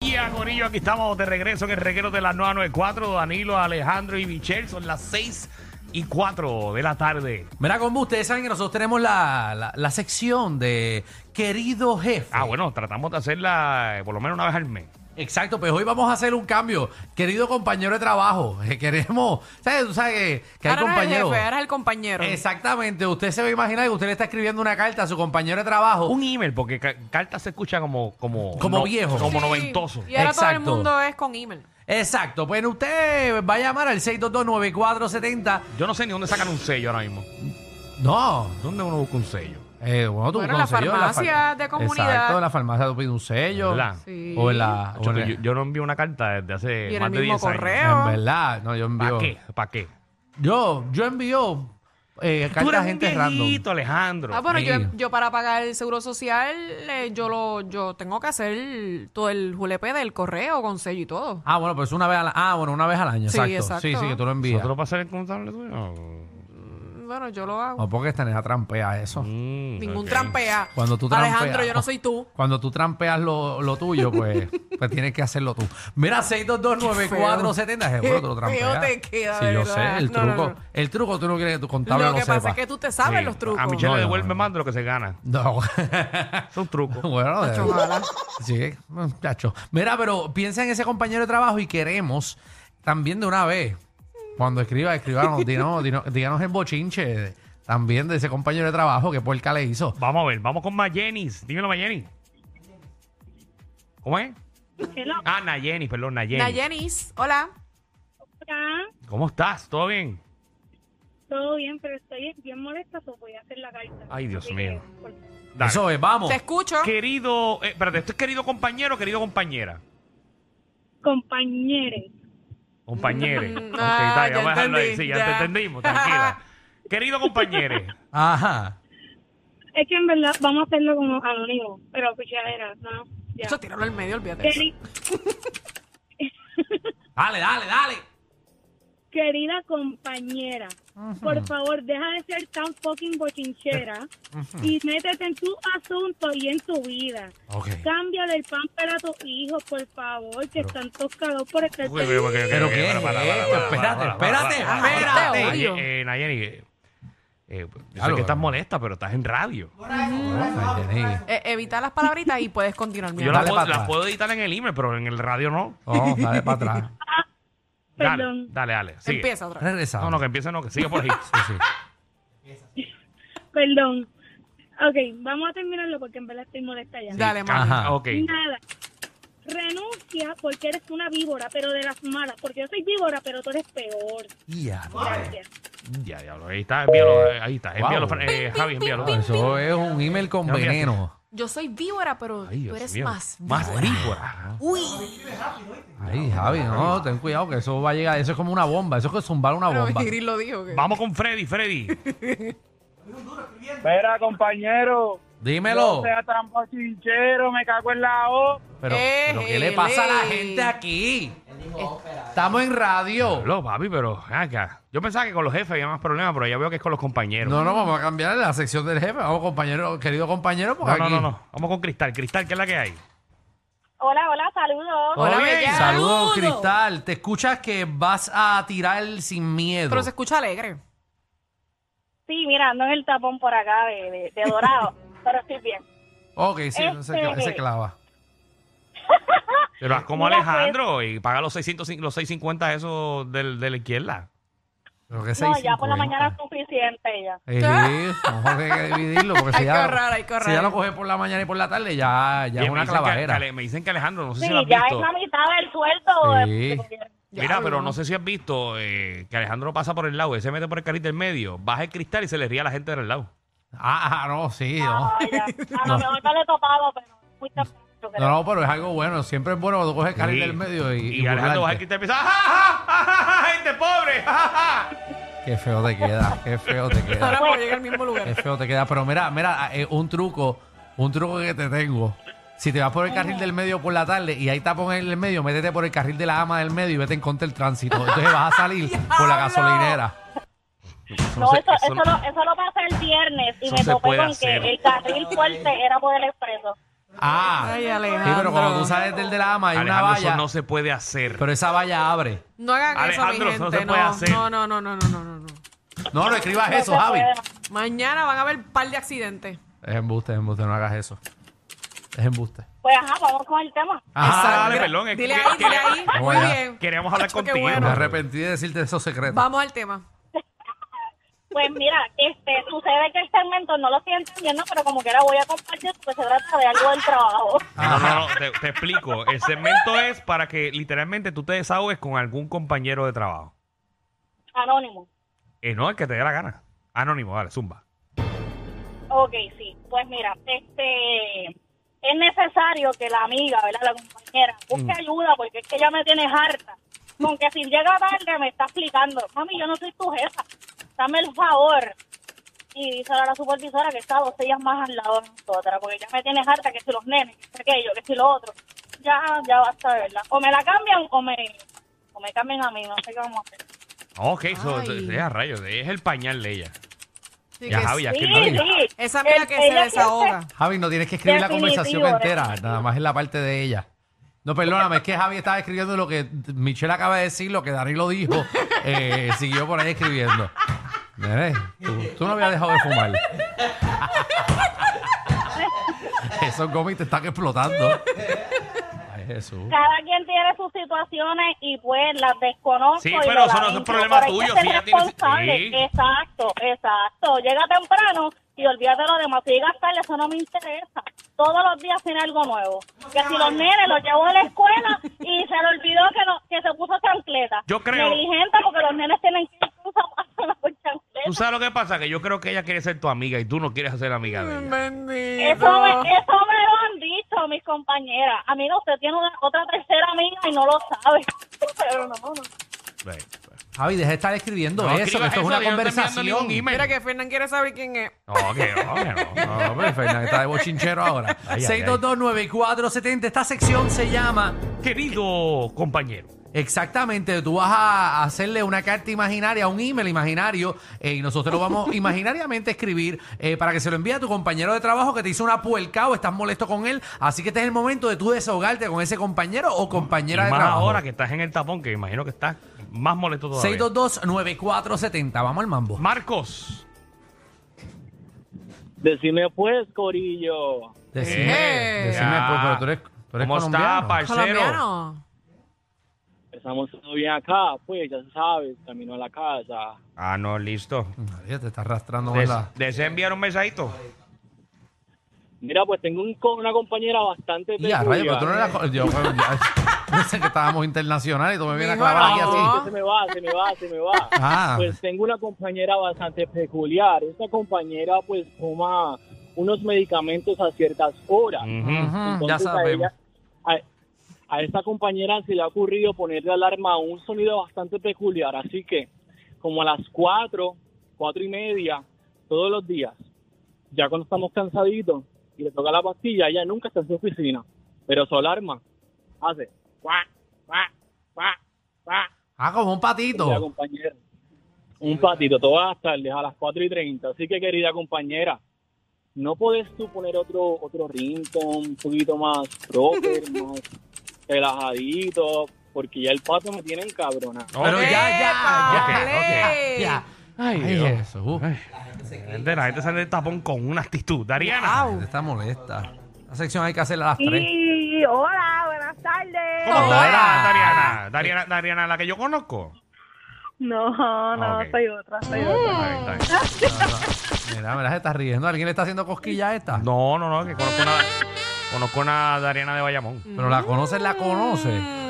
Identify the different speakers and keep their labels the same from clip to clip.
Speaker 1: días, Corillo. Aquí estamos de regreso en el reguero de la 994. Danilo, Alejandro y Michelle. Son las 6 y 4 de la tarde.
Speaker 2: Mira, como ustedes saben que nosotros tenemos la, la- la sección de querido jefe.
Speaker 1: Ah, bueno, tratamos de hacerla eh, por lo menos una vez al mes.
Speaker 2: Exacto, pues hoy vamos a hacer un cambio. Querido compañero de trabajo, eh, queremos. ¿Sabes? Tú sabes que, que hay
Speaker 3: ahora no es el
Speaker 2: compañeros.
Speaker 3: jefe, ahora es el compañero.
Speaker 2: Exactamente, usted se va a imaginar que usted le está escribiendo una carta a su compañero de trabajo.
Speaker 1: Un email, porque ca- carta se escucha como... Como,
Speaker 2: Como viejo.
Speaker 1: Como
Speaker 3: Sí,
Speaker 1: noventoso.
Speaker 3: Y ahora todo el
Speaker 2: Exacto.
Speaker 3: mundo es con email.
Speaker 2: Exacto, pues usted va a llamar al 6229470.
Speaker 1: Yo no sé ni dónde sacan un sello ahora mismo.
Speaker 2: No,
Speaker 1: ¿Dónde uno busca un sello?
Speaker 2: eh, bueno, tú
Speaker 3: Bueno, en la
Speaker 2: conseguí- far-
Speaker 3: farmacia de comunidad.
Speaker 2: Exacto, en la farmacia tú pides un sello.
Speaker 1: ¿Verdad?
Speaker 3: Sí.
Speaker 2: O en la. o
Speaker 1: Yo,
Speaker 2: en la-
Speaker 1: yo- yo no envío una carta desde hace
Speaker 3: Y en
Speaker 1: más
Speaker 3: el
Speaker 1: de
Speaker 3: mismo
Speaker 1: 10 años.
Speaker 3: correo.
Speaker 2: en verdad, no, yo envío.
Speaker 1: ¿Para qué? ¿Para qué?
Speaker 2: Yo, yo envío eh,
Speaker 1: Tú
Speaker 2: cartas
Speaker 1: eres
Speaker 2: a gente
Speaker 1: un
Speaker 2: random.
Speaker 1: viejito, Alejandro.
Speaker 3: Ah, bueno,
Speaker 2: Sí.
Speaker 3: yo, yo para pagar el seguro social, eh, yo lo, yo tengo que hacer todo el julepe del correo con sello y todo.
Speaker 2: Ah, bueno, pues una vez al ah, bueno, una vez al año,
Speaker 3: Sí,
Speaker 2: exacto.
Speaker 3: exacto.
Speaker 2: Sí, sí, que tú lo envías.
Speaker 1: ¿Nosotros pasar el contable tuyo?
Speaker 3: Bueno, yo lo hago.
Speaker 2: No, porque tenés a trampear eso.
Speaker 1: Mm,
Speaker 3: Ningún
Speaker 1: ok.
Speaker 3: trampea.
Speaker 2: Cuando tú
Speaker 3: Alejandro,
Speaker 2: trampeas-
Speaker 3: yo no soy tú.
Speaker 2: Cuando tú trampeas lo, lo tuyo, pues, pues tienes que hacerlo tú. Mira, 6229470,
Speaker 3: Qué
Speaker 2: seguro tú lo trampeas.
Speaker 3: feo te queda,
Speaker 2: Sí, yo
Speaker 3: ¿verdad?
Speaker 2: sé, el
Speaker 3: No,
Speaker 2: truco,
Speaker 3: no, no.
Speaker 2: el truco tú no quieres que tu contable
Speaker 3: Lo
Speaker 2: lo,
Speaker 3: que
Speaker 2: sepa.
Speaker 3: pasa es que tú te sabes
Speaker 1: Sí.
Speaker 3: los trucos.
Speaker 1: A Michelle
Speaker 2: No,
Speaker 1: le
Speaker 2: no,
Speaker 1: devuelve
Speaker 2: no.
Speaker 1: más de lo que se gana.
Speaker 2: No.
Speaker 1: Es un truco.
Speaker 2: bueno, de-
Speaker 3: Chacho, ojalá.
Speaker 2: Sí, muchacho. Mira, pero piensa en ese compañero de trabajo y queremos también de una vez, cuando escriba, escribanos, dinos, dinos- díganos en bochinche de- también de ese compañero de trabajo que porca le hizo.
Speaker 1: Vamos a ver, vamos con Mayenis. Dímelo, Mayenis. ¿Cómo es? Ah, Nayenis, perdón, Nayenis.
Speaker 3: Nayenis, hola.
Speaker 4: Hola,
Speaker 1: ¿Cómo estás? ¿Todo bien?
Speaker 4: todo bien, pero estoy bien molesta, pues voy a hacer la carta.
Speaker 1: Ay, Dios
Speaker 4: Así
Speaker 1: mío.
Speaker 4: que, pues, por-
Speaker 1: Dale.
Speaker 2: Eso es, vamos.
Speaker 3: Te escucho.
Speaker 1: Querido, eh, espérate, ¿esto es querido compañero o querido compañera?
Speaker 4: Compañeres,
Speaker 1: Compañere.
Speaker 3: Mm,
Speaker 1: Ok,
Speaker 3: ah,
Speaker 1: dale,
Speaker 3: ya
Speaker 1: vamos a dejarlo ahí.
Speaker 3: entendí,
Speaker 1: Sí, ya,
Speaker 3: ya.
Speaker 1: te entendimos, tranquila. querido compañere.
Speaker 2: Ajá.
Speaker 4: es que en verdad vamos a hacerlo como anónimo, pero pichadera, no, ya.
Speaker 3: Eso tíralo al medio, olvídate. de eso.
Speaker 4: Queri-
Speaker 2: Dale, dale, dale.
Speaker 4: querida compañera, por favor, deja de ser tan fucking bochinchera
Speaker 1: Eh,
Speaker 4: y métete en tu asunto y en tu vida.
Speaker 2: Ok.
Speaker 4: Cambia del pamper a tus hijos, por favor, que están tocados por este estar
Speaker 1: Uy, uy, uy, uy, uy,
Speaker 2: Pero
Speaker 1: uy,
Speaker 2: qué
Speaker 1: uy,
Speaker 2: es
Speaker 1: para, para, para,
Speaker 2: esto,
Speaker 1: para,
Speaker 2: espérate,
Speaker 1: para, para,
Speaker 2: espérate,
Speaker 1: para,
Speaker 3: Ah,
Speaker 1: para, para,
Speaker 3: espérate.
Speaker 1: para.
Speaker 3: Oye,
Speaker 1: Naye- eh, Nayeli, eh, eh, yo sé
Speaker 2: Claro.
Speaker 1: que estás molesta, pero estás en radio.
Speaker 2: Ay, Jenny.
Speaker 3: Eh, evita las palabritas y puedes continuar. mi
Speaker 1: Yo
Speaker 3: amor.
Speaker 1: las
Speaker 2: Dale
Speaker 1: puedo,
Speaker 2: para
Speaker 1: la
Speaker 2: atrás.
Speaker 1: puedo editar en el email, pero en el radio no.
Speaker 2: Oh, dale para atrás.
Speaker 1: Dale,
Speaker 4: Perdón.
Speaker 1: dale, dale. sigue.
Speaker 3: Empieza otra vez.
Speaker 2: Regresamos.
Speaker 1: No, no, que empiece no, que siga por ahí.
Speaker 2: Sí, sí.
Speaker 4: Perdón. Ok, vamos a terminarlo porque en verdad estoy molesta ya.
Speaker 3: Dale, mami.
Speaker 2: Ajá.
Speaker 1: Ok.
Speaker 4: Nada. Renuncia porque eres una víbora, pero de las malas. Porque yo soy víbora, pero tú eres peor.
Speaker 2: Ya, madre.
Speaker 4: Gracias.
Speaker 1: Ya, diablo. Ahí está, envíalo. eh, Ahí está.
Speaker 2: Wow.
Speaker 1: Envíalo, Fran- eh, Javi, envíalo.
Speaker 2: No, eso es un email con
Speaker 1: Ya, mira.
Speaker 2: veneno.
Speaker 3: Yo soy víbora, pero
Speaker 1: Ay,
Speaker 3: tú
Speaker 1: Dios
Speaker 3: eres
Speaker 1: mío.
Speaker 3: más.
Speaker 1: Más víbora.
Speaker 2: Uh.
Speaker 3: Uy,
Speaker 2: Ay, Javi, no, ten cuidado que eso va a llegar. Eso es como una bomba. Eso es que zumbar una
Speaker 3: pero
Speaker 2: bomba.
Speaker 3: Iris lo dijo. que-
Speaker 1: Vamos con Freddy, Freddy.
Speaker 5: Mira, compañero.
Speaker 2: Dímelo.
Speaker 5: No sea tan bochinchero, me cago en la O.
Speaker 2: Pero,
Speaker 3: Eh,
Speaker 2: pero ¿qué le pasa a la
Speaker 3: eh.
Speaker 2: gente aquí? Estamos en radio.
Speaker 1: Lo, papi, pero ven acá. Yo pensaba que con los jefes había más problemas, pero ya veo que es con los compañeros.
Speaker 2: No, no, vamos a cambiar la sección del jefe. Vamos, compañero, querido compañero, porque
Speaker 1: no, no,
Speaker 2: aquí-
Speaker 1: no, no. Vamos con Cristal. Cristal, ¿qué es la que hay?
Speaker 4: Hola, hola, saludos.
Speaker 3: Hola,
Speaker 2: Oye,
Speaker 3: bella.
Speaker 2: Saludos,
Speaker 3: Saludos.
Speaker 2: Cristal. Te escuchas que vas a tirar sin miedo.
Speaker 3: Pero se escucha alegre.
Speaker 4: Sí, mira, ando en el tapón por acá de, de- de Dorado, pero estoy bien.
Speaker 2: Ok, sí, no se,
Speaker 4: Este-
Speaker 2: se clava.
Speaker 1: Pero haz como
Speaker 4: Mira, pues.
Speaker 1: Alejandro y paga los 600, los 650 esos del, de la izquierda.
Speaker 2: Pero que
Speaker 4: No, ya por la
Speaker 2: 6.50.
Speaker 4: mañana es suficiente ya.
Speaker 2: Sí, vamos a tener que dividirlo porque
Speaker 3: Hay
Speaker 2: si
Speaker 3: que
Speaker 2: ya,
Speaker 3: ahorrar, hay que ahorrar.
Speaker 2: si ya lo coges por la mañana y por la tarde, ya, ya
Speaker 1: Oye,
Speaker 2: es
Speaker 1: me,
Speaker 2: una
Speaker 1: dicen que- que,
Speaker 2: clavadera.
Speaker 1: Ale- me dicen que Alejandro, no sé
Speaker 4: Sí,
Speaker 1: si lo has
Speaker 4: ya es
Speaker 1: visto.
Speaker 4: la mitad del sueldo. eh,
Speaker 2: Sí.
Speaker 4: de-
Speaker 1: Mira,
Speaker 3: Ya,
Speaker 1: pero
Speaker 3: no.
Speaker 1: no sé si has visto eh, que Alejandro pasa por el lado, él se mete por el carril del medio, baja el cristal y se le ríe a la gente del lado.
Speaker 2: Ah, no, sí, no.
Speaker 4: Ay, ya. A lo mejor no le he topado, pero muy temprano,
Speaker 2: No,
Speaker 4: creo.
Speaker 2: no, pero es algo bueno. Siempre es bueno cuando coges el carril
Speaker 1: Sí.
Speaker 2: del medio y.
Speaker 1: Y,
Speaker 2: y
Speaker 1: Alejandro baja el
Speaker 2: burlarte.
Speaker 1: cristal y empieza, ¡Ja, ja, ja, ja, ja, gente pobre! ja, ja, ja".
Speaker 2: Qué feo te queda, qué feo te
Speaker 3: Ahora
Speaker 2: queda.
Speaker 3: vamos a llegar al mismo
Speaker 2: Qué
Speaker 3: lugar.
Speaker 2: feo te queda. Pero mira, mira, eh, un truco, un truco que te tengo. Si te vas por el carril del medio por la tarde y ahí tapón en el medio, métete por el carril de la ama del medio y vete en contra del tránsito. Entonces vas a salir por la gasolinera.
Speaker 1: Eso
Speaker 4: No,
Speaker 1: se-
Speaker 4: eso,
Speaker 1: eso
Speaker 4: eso,
Speaker 1: no-
Speaker 4: lo, eso lo pasé el viernes y
Speaker 1: eso
Speaker 4: me
Speaker 1: se
Speaker 4: topé
Speaker 1: puede
Speaker 4: con
Speaker 1: hacer.
Speaker 4: que el carril fuerte era por el expreso.
Speaker 2: Ah,
Speaker 3: Ay,
Speaker 2: sí, pero cuando
Speaker 3: Alejandro.
Speaker 2: tú sales del de la ama hay una
Speaker 1: Alejandro, eso
Speaker 2: valla,
Speaker 1: no se puede hacer.
Speaker 2: pero esa valla abre.
Speaker 3: No hagan
Speaker 1: Alejandro,
Speaker 3: eso,
Speaker 1: eso
Speaker 3: mi
Speaker 1: no
Speaker 3: gente.
Speaker 1: se puede hacer.
Speaker 3: No, no, no, no, no, no, no, no.
Speaker 2: No, no
Speaker 1: Ah,
Speaker 2: escribas eso, Javi.
Speaker 3: Mañana van a haber un par de accidentes.
Speaker 2: Es embuste, es embuste, no hagas eso. Es embuste. Ah,
Speaker 4: Pues ajá, vamos con el tema.
Speaker 2: Ajá,
Speaker 1: Exacto. Ah, dale,
Speaker 3: Gra-
Speaker 1: perdón, es
Speaker 3: Dile
Speaker 1: que-
Speaker 3: ahí,
Speaker 1: que-
Speaker 3: dile ahí.
Speaker 2: Vamos
Speaker 3: Muy
Speaker 2: allá.
Speaker 3: bien.
Speaker 1: Queríamos hablar
Speaker 3: Qué
Speaker 1: contigo.
Speaker 2: Me
Speaker 3: bueno.
Speaker 2: arrepentí de decirte esos secretos.
Speaker 3: Vamos al tema.
Speaker 4: Pues mira, este, sucede que el segmento no lo estoy entendiendo, pero como quiera voy a compartir porque se trata de algo del trabajo.
Speaker 1: No, no, no, te, te explico. El segmento es para que literalmente tú te desahogues con algún compañero de trabajo.
Speaker 4: Anónimo.
Speaker 1: Eh, no, el que te dé la gana. Anónimo, dale, zumba.
Speaker 4: Ok, sí. Pues mira, este, es necesario que la amiga, ¿verdad? La compañera, busque
Speaker 1: Mm.
Speaker 4: ayuda porque es que ella me tiene harta. Con que si llega tarde me está explicando, mami, yo no soy tu jefa, dame el favor. Y dice a la supervisora que está dos días más al lado de nosotras, porque ya me tiene harta que si los nenes, que si aquello, que si lo otro. Ya, ya basta de verdad. O me la cambian o me, o me cambian a mí, no sé qué vamos a hacer.
Speaker 1: Ok, eso
Speaker 3: Ay.
Speaker 1: deja rayos, es el pañal de ella.
Speaker 3: Sí,
Speaker 1: ya,
Speaker 3: que
Speaker 1: Javi, ya
Speaker 4: Sí,
Speaker 1: que no diga.
Speaker 4: sí.
Speaker 3: Esa amiga
Speaker 4: El-
Speaker 3: que se
Speaker 4: ella
Speaker 3: desahoga.
Speaker 2: Javi, no tienes que escribir la
Speaker 4: Definitivo,
Speaker 2: conversación entera, nada más en la parte de ella. No, perdóname, es que Javi estaba escribiendo lo que Michelle acaba de decir, lo que Danilo dijo, eh, siguió por ahí escribiendo. Nene, tú, tú no habías dejado de fumar. Esos gomis te están explotando. Ay, Jesús.
Speaker 4: Cada quien tiene sus situaciones y pues las desconozco.
Speaker 1: Sí,
Speaker 4: y
Speaker 1: pero
Speaker 4: lo
Speaker 1: eso no es un
Speaker 4: lamento,
Speaker 1: problema
Speaker 4: pero hay que
Speaker 1: tuyo,
Speaker 4: ser
Speaker 1: si ya tienes-
Speaker 4: responsable.
Speaker 1: Sí.
Speaker 4: Exacto, exacto. Llega temprano y olvídate de lo demás. Si llegas tarde, eso no me interesa. Todos los días tiene algo nuevo. Que si los nenes los llevo a la escuela y se le olvidó que, no- que se puso chancleta.
Speaker 1: Yo creo-
Speaker 4: Negligente porque los nenes tienen que ir con zapatos con chancleta.
Speaker 1: Tú sabes lo que pasa, que yo creo que ella quiere ser tu amiga y tú no quieres ser amiga de ella.
Speaker 4: Eso me,
Speaker 3: Bendito.
Speaker 4: eso me lo han dicho mis compañeras. Amiga, usted tiene una- otra tercera amiga y no lo sabe. Pero no, no.
Speaker 1: Ve, ve.
Speaker 2: Javi, deja de estar escribiendo
Speaker 1: No
Speaker 2: eso, que
Speaker 1: escribas
Speaker 2: esto es una
Speaker 1: yo no te estoy enviando
Speaker 2: conversación.
Speaker 1: ningún email.
Speaker 3: Mira que Fernán quiere saber quién es.
Speaker 1: No, que no, que no.
Speaker 2: No, hombre, Fernan, está de bochinchero ahora.
Speaker 1: Ay, ay, ay.
Speaker 2: 6229470. Esta sección se llama
Speaker 1: Querido compañero.
Speaker 2: Exactamente, tú vas a hacerle una carta imaginaria, un email imaginario, eh, y nosotros lo vamos imaginariamente a escribir eh, para que se lo envíe a tu compañero de trabajo que te hizo una puerca o estás molesto con él. Así que este es el momento de tú desahogarte con ese compañero o
Speaker 1: Y
Speaker 2: compañera de
Speaker 1: más
Speaker 2: trabajo.
Speaker 1: ahora que estás en el tapón, que imagino que estás más molesto todavía.
Speaker 2: 622-9470, vamos al mambo.
Speaker 1: Marcos.
Speaker 5: Decime pues, Corillo.
Speaker 2: Decime,
Speaker 3: Eh,
Speaker 2: decime,
Speaker 1: ya.
Speaker 2: pues, pero tú eres, tú eres
Speaker 1: ¿Cómo
Speaker 2: colombiano.
Speaker 1: está, parcero?
Speaker 3: Colombiano.
Speaker 5: Estamos todo bien acá, pues, ya sabes, camino a la casa.
Speaker 1: Ah, no, listo.
Speaker 2: María, te está arrastrando
Speaker 1: Des-
Speaker 2: ¿verdad?
Speaker 1: ¿Desea enviar un mensajito?
Speaker 5: Mira, pues tengo un co- una compañera bastante
Speaker 2: Y a rayo, pero tú no
Speaker 5: peculiar.
Speaker 2: eras... co- Yo, yo- pensé que estábamos internacionales y tú me vienes a
Speaker 3: Mijo,
Speaker 2: clavar aquí
Speaker 3: no.
Speaker 2: así.
Speaker 5: Ah, Se me va, se me va, se me va.
Speaker 2: Ah.
Speaker 5: Pues tengo una compañera bastante peculiar. Esta compañera, pues, toma unos medicamentos a ciertas horas.
Speaker 1: Ujú.
Speaker 2: Ujú, ya
Speaker 5: Entonces, a
Speaker 2: sabemos.
Speaker 5: ella- a, a esta compañera se le ha ocurrido poner de alarma un sonido bastante peculiar, así que como a las 4, 4 y media, todos los días, ya cuando estamos cansaditos y le toca la pastilla, ella nunca está en su oficina, pero su alarma hace ¡cuac, cuac, cuac, cuac!
Speaker 2: Ah, como un
Speaker 5: Querida
Speaker 2: patito.
Speaker 5: compañera, un patito todas las tardes a las 4 y 30. Así que, querida compañera, ¿no puedes tú poner otro, otro ringtone un poquito más proper, más relajadito? Porque ya el pato me tiene encabronado.
Speaker 2: Pero ya, ya, ya,
Speaker 1: ok,
Speaker 3: Vale.
Speaker 2: Ya. Ay,
Speaker 1: Dios.
Speaker 2: Jesús.
Speaker 1: La gente, la gente sale del tapón con una actitud. Dariana.
Speaker 3: Au.
Speaker 2: Está molesta. La sección hay que hacerla a las 3.
Speaker 6: Y hola, buenas tardes.
Speaker 1: ¿Cómo
Speaker 2: Hola.
Speaker 1: estás, Dariana? Dariana? Dariana, la que yo conozco.
Speaker 6: No, no,
Speaker 1: Ok. Mm,
Speaker 6: soy otra, soy otra.
Speaker 1: Ahí está.
Speaker 2: Mira, mira, se está riendo. ¿Alguien le está haciendo cosquilla a esta?
Speaker 1: No, no, no, que conozco una, conozco una Dariana de Bayamón.
Speaker 2: Pero la conoce, la conoce.
Speaker 3: Mm.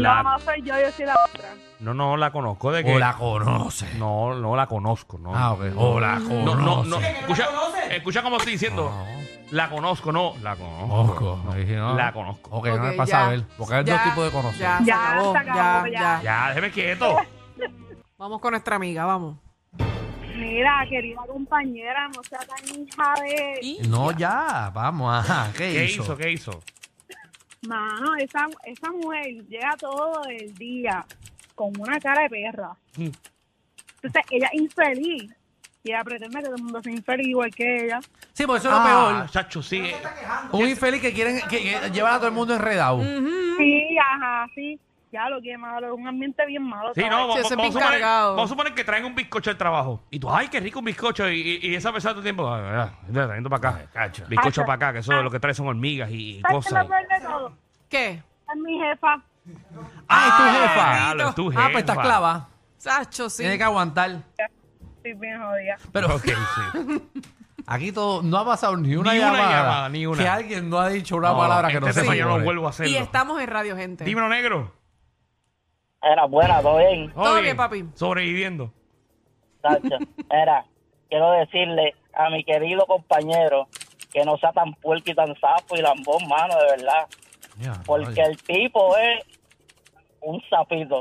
Speaker 1: La-
Speaker 6: No, no soy yo, yo soy la otra.
Speaker 1: no, no, la conozco de que.
Speaker 2: O la conoce.
Speaker 1: No, no la conozco, no.
Speaker 2: Ah, ok. O la conoce.
Speaker 1: No, no, no. Escucha, escucha como estoy diciendo.
Speaker 2: Ah.
Speaker 1: La conozco, no. La conozco.
Speaker 2: Conozco. Dije, no.
Speaker 1: La conozco.
Speaker 2: Ok, no es
Speaker 3: Ok,
Speaker 2: para
Speaker 3: ya.
Speaker 2: saber. Porque hay dos
Speaker 3: Ya,
Speaker 2: tipos de conocer.
Speaker 3: Ya, se
Speaker 6: Ya,
Speaker 3: acabó,
Speaker 6: se acabó,
Speaker 3: ya,
Speaker 6: ya.
Speaker 3: ya.
Speaker 1: Ya, déjeme quieto.
Speaker 3: Vamos con nuestra amiga, vamos.
Speaker 6: Mira, querida compañera, no sea tan hija de...
Speaker 3: Y-
Speaker 2: No, ya. Vamos, ajá. ¿Qué,
Speaker 1: ¿Qué
Speaker 2: hizo?
Speaker 1: hizo? ¿Qué hizo?
Speaker 6: Mano, esa, esa mujer llega todo el día con una cara de perra.
Speaker 1: Mm.
Speaker 6: Entonces, ella es infeliz. Y ella pretende que todo el mundo sea infeliz igual que ella.
Speaker 2: Sí, porque eso es
Speaker 3: Ah.
Speaker 2: lo peor.
Speaker 1: Ah, Chacho, sí. eh,
Speaker 2: Un infeliz que quieren que, que llevan a todo el mundo enredado.
Speaker 6: Sí, ajá, sí. Ya lo que malo, es un ambiente bien malo.
Speaker 1: Sí,
Speaker 6: ¿sabes?
Speaker 1: no,
Speaker 3: Sí,
Speaker 1: vamos,
Speaker 3: ese es
Speaker 1: vamos a
Speaker 3: bien
Speaker 1: suponer,
Speaker 3: cargado.
Speaker 1: vamos a suponer que traen un bizcocho al trabajo. Y tú, ay, qué rico un bizcocho. Y, y, y esa persona todo el tiempo, ah, ah, mira, trayendo para acá. Bizcocho
Speaker 3: Ah,
Speaker 1: para acá, que eso lo que trae son hormigas y, y
Speaker 6: ¿Sabes qué es
Speaker 1: cosas.
Speaker 6: lo peor de todo?
Speaker 3: ¿Qué?
Speaker 6: Es mi jefa.
Speaker 2: Ah, es tu jefa.
Speaker 1: diablo, es tu jefa.
Speaker 2: Ah, pues estás clava.
Speaker 3: Sacho, sí.
Speaker 2: Tienes que aguantar.
Speaker 6: Estoy bien jodida.
Speaker 2: Pero
Speaker 1: Ok, sí.
Speaker 2: aquí todo no ha pasado ni una,
Speaker 1: Ni una
Speaker 2: llamada,
Speaker 1: llamada, ni una.
Speaker 2: que alguien no ha dicho una
Speaker 1: No,
Speaker 2: palabra que
Speaker 1: este
Speaker 2: no se
Speaker 1: tema yo no
Speaker 2: supone.
Speaker 1: vuelvo a hacerlo.
Speaker 3: Y estamos en radio, gente.
Speaker 1: Dímelo, negro.
Speaker 4: Era buena, todo bien,
Speaker 3: Todo bien, papi.
Speaker 1: Sobreviviendo.
Speaker 4: Sacho. Era, quiero decirle a mi querido compañero que no sea tan puerco y tan sapo y lambón, mano, de verdad.
Speaker 2: Ya,
Speaker 4: Porque
Speaker 2: ay.
Speaker 4: el tipo es un sapito.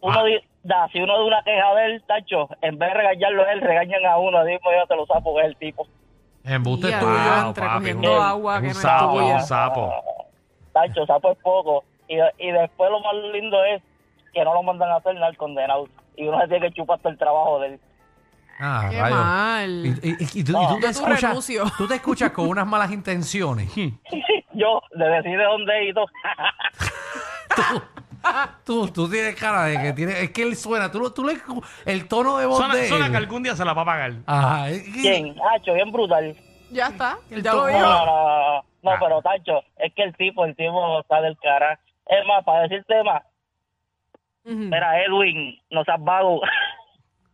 Speaker 4: Uno
Speaker 1: Ah.
Speaker 4: di- da, si uno da una queja de él, Tacho, en vez de regañarlo a él, regañan a uno. Digo, yo te lo sapo, que es el tipo.
Speaker 2: Embuste
Speaker 3: Ya,
Speaker 2: tuyo.
Speaker 3: Ah,
Speaker 1: Wow,
Speaker 3: entre
Speaker 1: papi,
Speaker 3: cogiendo
Speaker 1: un-
Speaker 3: agua
Speaker 1: es
Speaker 3: que
Speaker 1: un
Speaker 3: no es
Speaker 1: sapo,
Speaker 3: tuya.
Speaker 1: un sapo.
Speaker 4: Tacho, sapo es poco. Y, y después lo más lindo es que no lo mandan a hacer nada el condenado. Y uno se tiene que chupar todo el trabajo de él.
Speaker 2: Ah,
Speaker 3: Qué
Speaker 2: rayos.
Speaker 3: mal.
Speaker 2: Y, y- y- y tú, y tú te
Speaker 3: Yo tu
Speaker 2: escuchas,
Speaker 3: renuncio.
Speaker 2: tú te escuchas con unas malas intenciones.
Speaker 4: Yo, de decir de dónde he ido.
Speaker 2: Tú, tú tienes cara de que tienes, es que él suena, tú, lo- tú le, el tono de voz
Speaker 1: Suena,
Speaker 2: de
Speaker 1: suena
Speaker 2: él.
Speaker 1: que algún día se la va a pagar.
Speaker 2: Ajá, es que-
Speaker 4: ¿Quién? Tacho, bien brutal.
Speaker 3: Ya está.
Speaker 2: El
Speaker 3: Ya lo
Speaker 2: to-
Speaker 4: No, no,
Speaker 3: veo.
Speaker 4: no, no. No,
Speaker 1: Ah.
Speaker 4: pero Tacho, es que el tipo, el tipo está del cara. Es más, para decirte más,
Speaker 3: Ujú.
Speaker 4: era Edwin, no seas vago.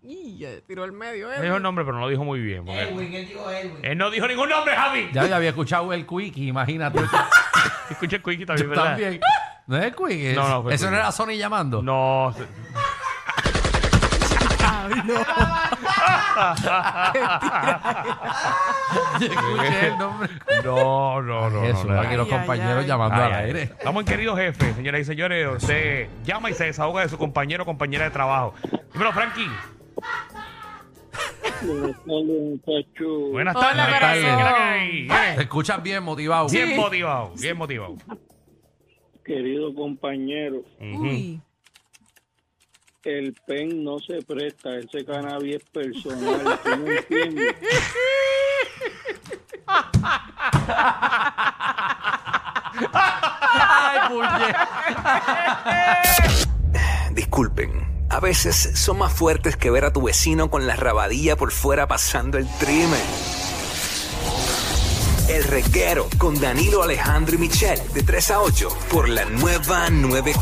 Speaker 3: Y ya tiró el medio.
Speaker 1: No
Speaker 3: eh.
Speaker 1: dijo el nombre, pero no lo dijo muy bien. porque- Él no dijo ningún nombre, Javi.
Speaker 2: Ya yo había escuchado el quickie, imagínate.
Speaker 1: Escucha el cuiquito
Speaker 2: Yo
Speaker 1: también, ¿verdad?
Speaker 2: también. ¿No es el quickie?
Speaker 1: No, no, fue
Speaker 2: Eso no
Speaker 1: quickie.
Speaker 2: era Sony llamando.
Speaker 1: No. se-
Speaker 2: Yo escuché el nombre.
Speaker 1: No, no, no. no,
Speaker 2: Eso,
Speaker 1: no.
Speaker 2: aquí los
Speaker 3: Ay,
Speaker 2: compañeros
Speaker 3: ay, ay.
Speaker 2: llamando
Speaker 1: Ay,
Speaker 2: al
Speaker 1: ay.
Speaker 2: aire.
Speaker 1: Estamos en querido jefe, señoras y señores. Usted llama y se desahoga de su compañero o compañera de trabajo. Dímelo, Frankie. Buenas
Speaker 3: Hola,
Speaker 1: tardes.
Speaker 2: corazón.
Speaker 1: ¿Qué es la que hay?
Speaker 2: Te escuchas bien motivado.
Speaker 1: Bien motivado, bien motivado.
Speaker 5: Querido compañero,
Speaker 3: Uy.
Speaker 5: el pen no se presta, ese cannabis es personal, tú no entiendes.
Speaker 2: Ay, puñet.
Speaker 7: Disculpen, a veces son más fuertes que ver a tu vecino con la rabadilla por fuera pasando el trimen. El reguero con Danilo Alejandro y Michel de 3 a 8 por la nueva 94.